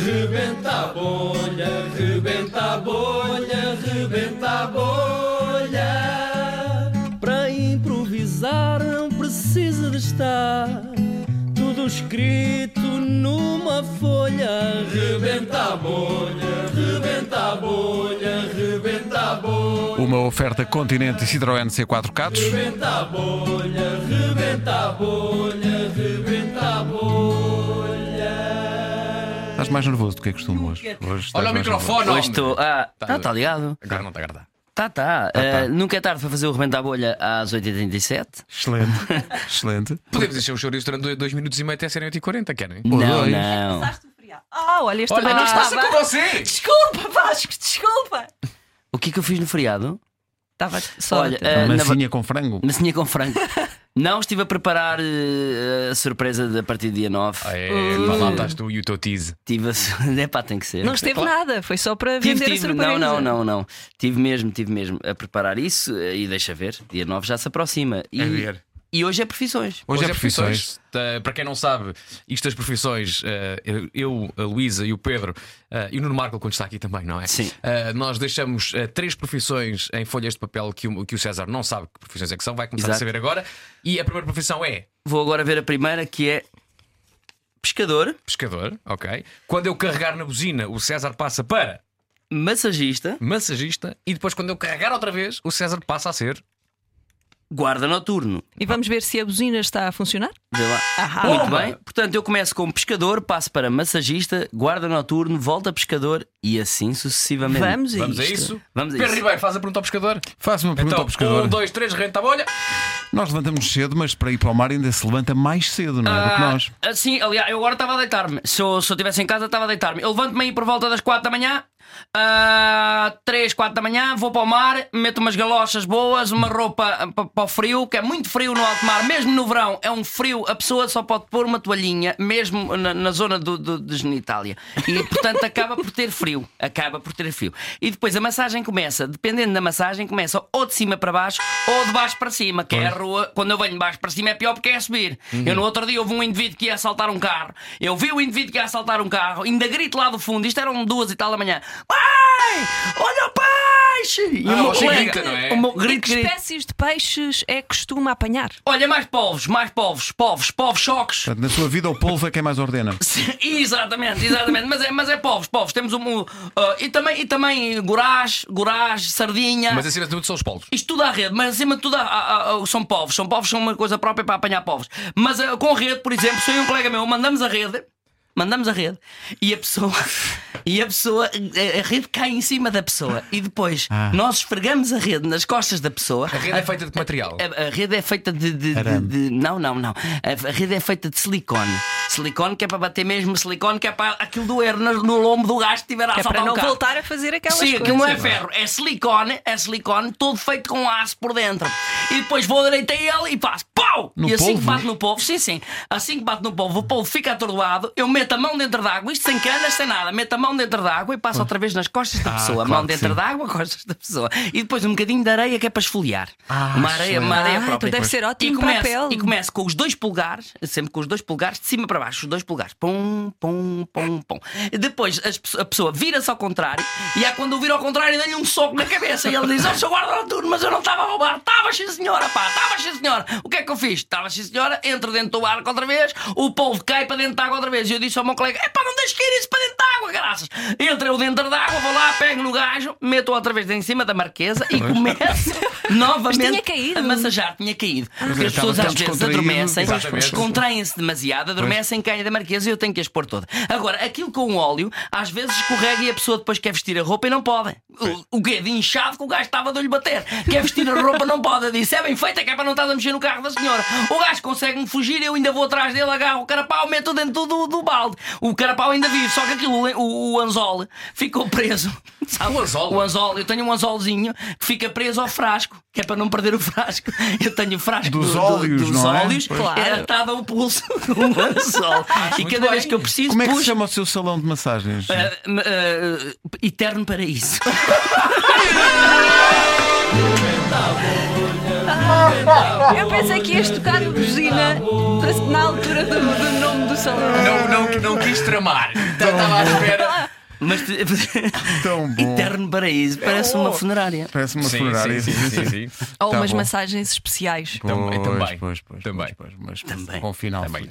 Rebenta a bolha, rebenta a bolha, rebenta a bolha. Para improvisar não precisa de estar tudo escrito numa folha. Rebenta a bolha, rebenta a bolha, rebenta a bolha. Uma oferta Continente e Citroën C4 Catos. Rebenta a bolha, rebenta a bolha, rebenta a bolha. Estás mais nervoso do que é costume hoje. Hoje estás Olha o mais microfone! Hoje estou. Ah, Tá tá, tá ligado? nervoso. Agora não está a agradar. Tá, tá. Eh, nunca é tarde para fazer o Rebento da Bolha às 8h37. nervoso. Excelente, excelente. Podemos encher os chouriços durante 2 minutos e meio até serem 8h40, querem? Ou não, dois. não. Passaste o feriado. Ah, olha, este Olha, também não não está com estava. você! Desculpa, Vasco, desculpa. O que é que eu fiz no feriado? Estava só. Olha, eh, na va- Massinha com frango. massinha com frango. não estive a preparar eh, a surpresa de- a partir do dia 9. É, pá, lá estás tu e o teu tease. Tive a. su- Epá, tem que ser. não esteve nada, foi só para Tive, vender a tive, surpresa. não, não, não, não. Tive mesmo, tive mesmo a preparar isso eh, e deixa ver, dia 9 já se aproxima. E, É ver. e hoje é profissões. Hoje é profissões. Tá, Para quem não sabe, isto das profissões, eh, eu, a Luísa e o Pedro eh, e o Nuno Marco, quando está aqui também, não é? Sim. Eh, Nós deixamos eh, três profissões em folhas de papel que o, que o César não sabe que profissões é que são, vai começar a Exato. saber agora. E a primeira profissão é Vou agora ver a primeira que é pescador, pescador, ok? Quando eu carregar na buzina, o César passa para massagista, massagista e depois, quando eu carregar outra vez, o César passa a ser. guarda noturno. E vamos ver se a buzina está a funcionar. Vê lá. Ahá. Muito Bomba! bem. Portanto, eu começo como pescador, passo para massagista, guarda noturno, volta a pescador e assim sucessivamente. Vamos a Vamos a isto. isso? Vamos a Pedro isso. Ribeiro, faz a pergunta ao pescador. Faça uma pergunta então, ao pescador. um, dois, três, renta a bolha. Nós levantamos cedo, mas para ir para o mar ainda se levanta mais cedo, não é? Do que nós. Ah, sim, aliás, eu agora estava a deitar-me. Se eu se eu estivesse em casa, estava a deitar-me. Eu levanto-me aí por volta das 4 da manhã, ah, 3, 4 da manhã, vou para o mar, meto umas galochas boas, uma roupa ah, pa- para o frio, que é muito frio no alto mar, mesmo no verão, é um frio, a pessoa só pode pôr uma toalhinha, mesmo na, na zona do, do, de genitália. E portanto acaba por ter frio. Acaba por ter frio. E depois a massagem começa, dependendo da massagem, começa ou de cima para baixo ou de baixo para cima, que é a rua. Quando eu venho de baixo para cima é pior porque é a subir. Eu no outro dia houve um indivíduo que ia assaltar um carro. Eu vi o indivíduo que ia assaltar um carro, ainda grito lá do fundo, isto eram duas e tal da manhã. Pai! Olha o peixe! E Ah, o meu você colega, grita, não é? o meu E grito, que grito. espécies de peixes é que costuma apanhar? Olha, mais povos, mais povos, povos, povos choques. Portanto, na sua vida, o polvo é quem mais ordena. Sim, exatamente, exatamente. mas, é, mas é povos, povos. Temos um. um, uh, e, também, e também gorás, gorás, sardinha. Mas é- acima de tudo são os polos. Isto tudo à rede, mas acima de tudo há- há- há- são povos. São povos, são uma coisa própria para apanhar povos. Mas uh, com rede, por exemplo, sou eu e um colega meu, mandamos a rede. Mandamos a rede e a pessoa e a pessoa a- a rede cai em cima da pessoa e depois nós esfregamos a rede nas costas da pessoa Ah. A rede é feita de que material. a, a rede é feita de, de- de- Arame. de- Não, não, não. A, a rede é feita de silicone. Silicone que é para bater mesmo, silicone que é para aquilo doer no, no lombo do gajo que estiver a É assaltar para o não um carro. voltar a fazer aquelas Sim, coisas. aquilo não é ferro, é silicone, é silicone, todo feito com aço por dentro. E depois vou direito a ele e faço pau! No e assim que polvo? é? bate no polvo, sim, sim, assim que bate no polvo, o polvo fica atordoado, eu meto a mão dentro d'água, isto sem canas, sem nada, meto a mão dentro d'água e passo outra vez nas costas da pessoa, a mão Ah, claro que dentro sim. d'água, costas da pessoa. E depois um bocadinho de areia que é para esfoliar. Ah, uma areia, uma Ah, areia então própria. deve ser e ótimo começo, para a pele. E começo com os dois pulgares, sempre com os dois pulgares, de cima para baixo, os dois pulgares. Pum, pum, pum, pum. E Depois as pesso- a pessoa vira-se ao contrário e é quando eu viro ao contrário dá-lhe um soco na cabeça e ele diz: Oh, seu guarda noturno, mas eu não estava a roubar. Estava, sim senhora, pá, estava, sim senhora. O que é que eu fiz? Estava, sim senhora, entro dentro do barco outra vez, o polvo cai para dentro da água outra vez. E eu disse ao meu colega: É pá, não deixes cair isso para dentro da água, graças. Entra eu dentro da água, vou lá, pego no gajo, meto outra vez em cima da marquesa e começo novamente tinha caído. Ah. a massajar. Tinha caído. Porque é, as estava pessoas às tão vezes descontraído. adormecem, Pois, pois, pois. contraem-se demasiado, adormecem, caem da marquesa e eu tenho que as pôr toda. Agora, aquilo com óleo, às vezes escorrega e a pessoa depois quer vestir a roupa e não pode. O, o quê? De inchado que o gajo estava de lhe bater. Quer vestir a roupa, não pode. Eu Disse, é bem feita, que é para não estar a mexer no carro da senhora. O gajo consegue-me fugir, eu ainda vou atrás dele, agarro o carapau, meto dentro do, do, do balde. O carapau ainda vive, só que aquilo, o, o anzol, ficou preso. Sabe? O anzol? O anzol, eu tenho um anzolzinho que fica preso ao frasco, que é para não perder o frasco. Eu tenho o frasco Dos do- do- óleos, dos não é? óleos, Pois. claro. é atado ao pulso com um lençol. e muito cada vez bem. que eu preciso, Como é que se pus, chama o seu salão de massagens? Eh, ah, me- ah, eterno paraíso. Eu pensei que ias tocar a buzina para- na altura do, do nome do salão. Não, não, não quis tramar. Estava Então, à espera. Mas te- Tão bom. Eterno paraíso, É um parece uma funerária. Parece uma Sim, funerária. sim, sim, sim, sim. Ou Tá umas bom. massagens especiais. Também, Pois, também. pois, pois, Também. pois, pois, mas com final Também. feliz.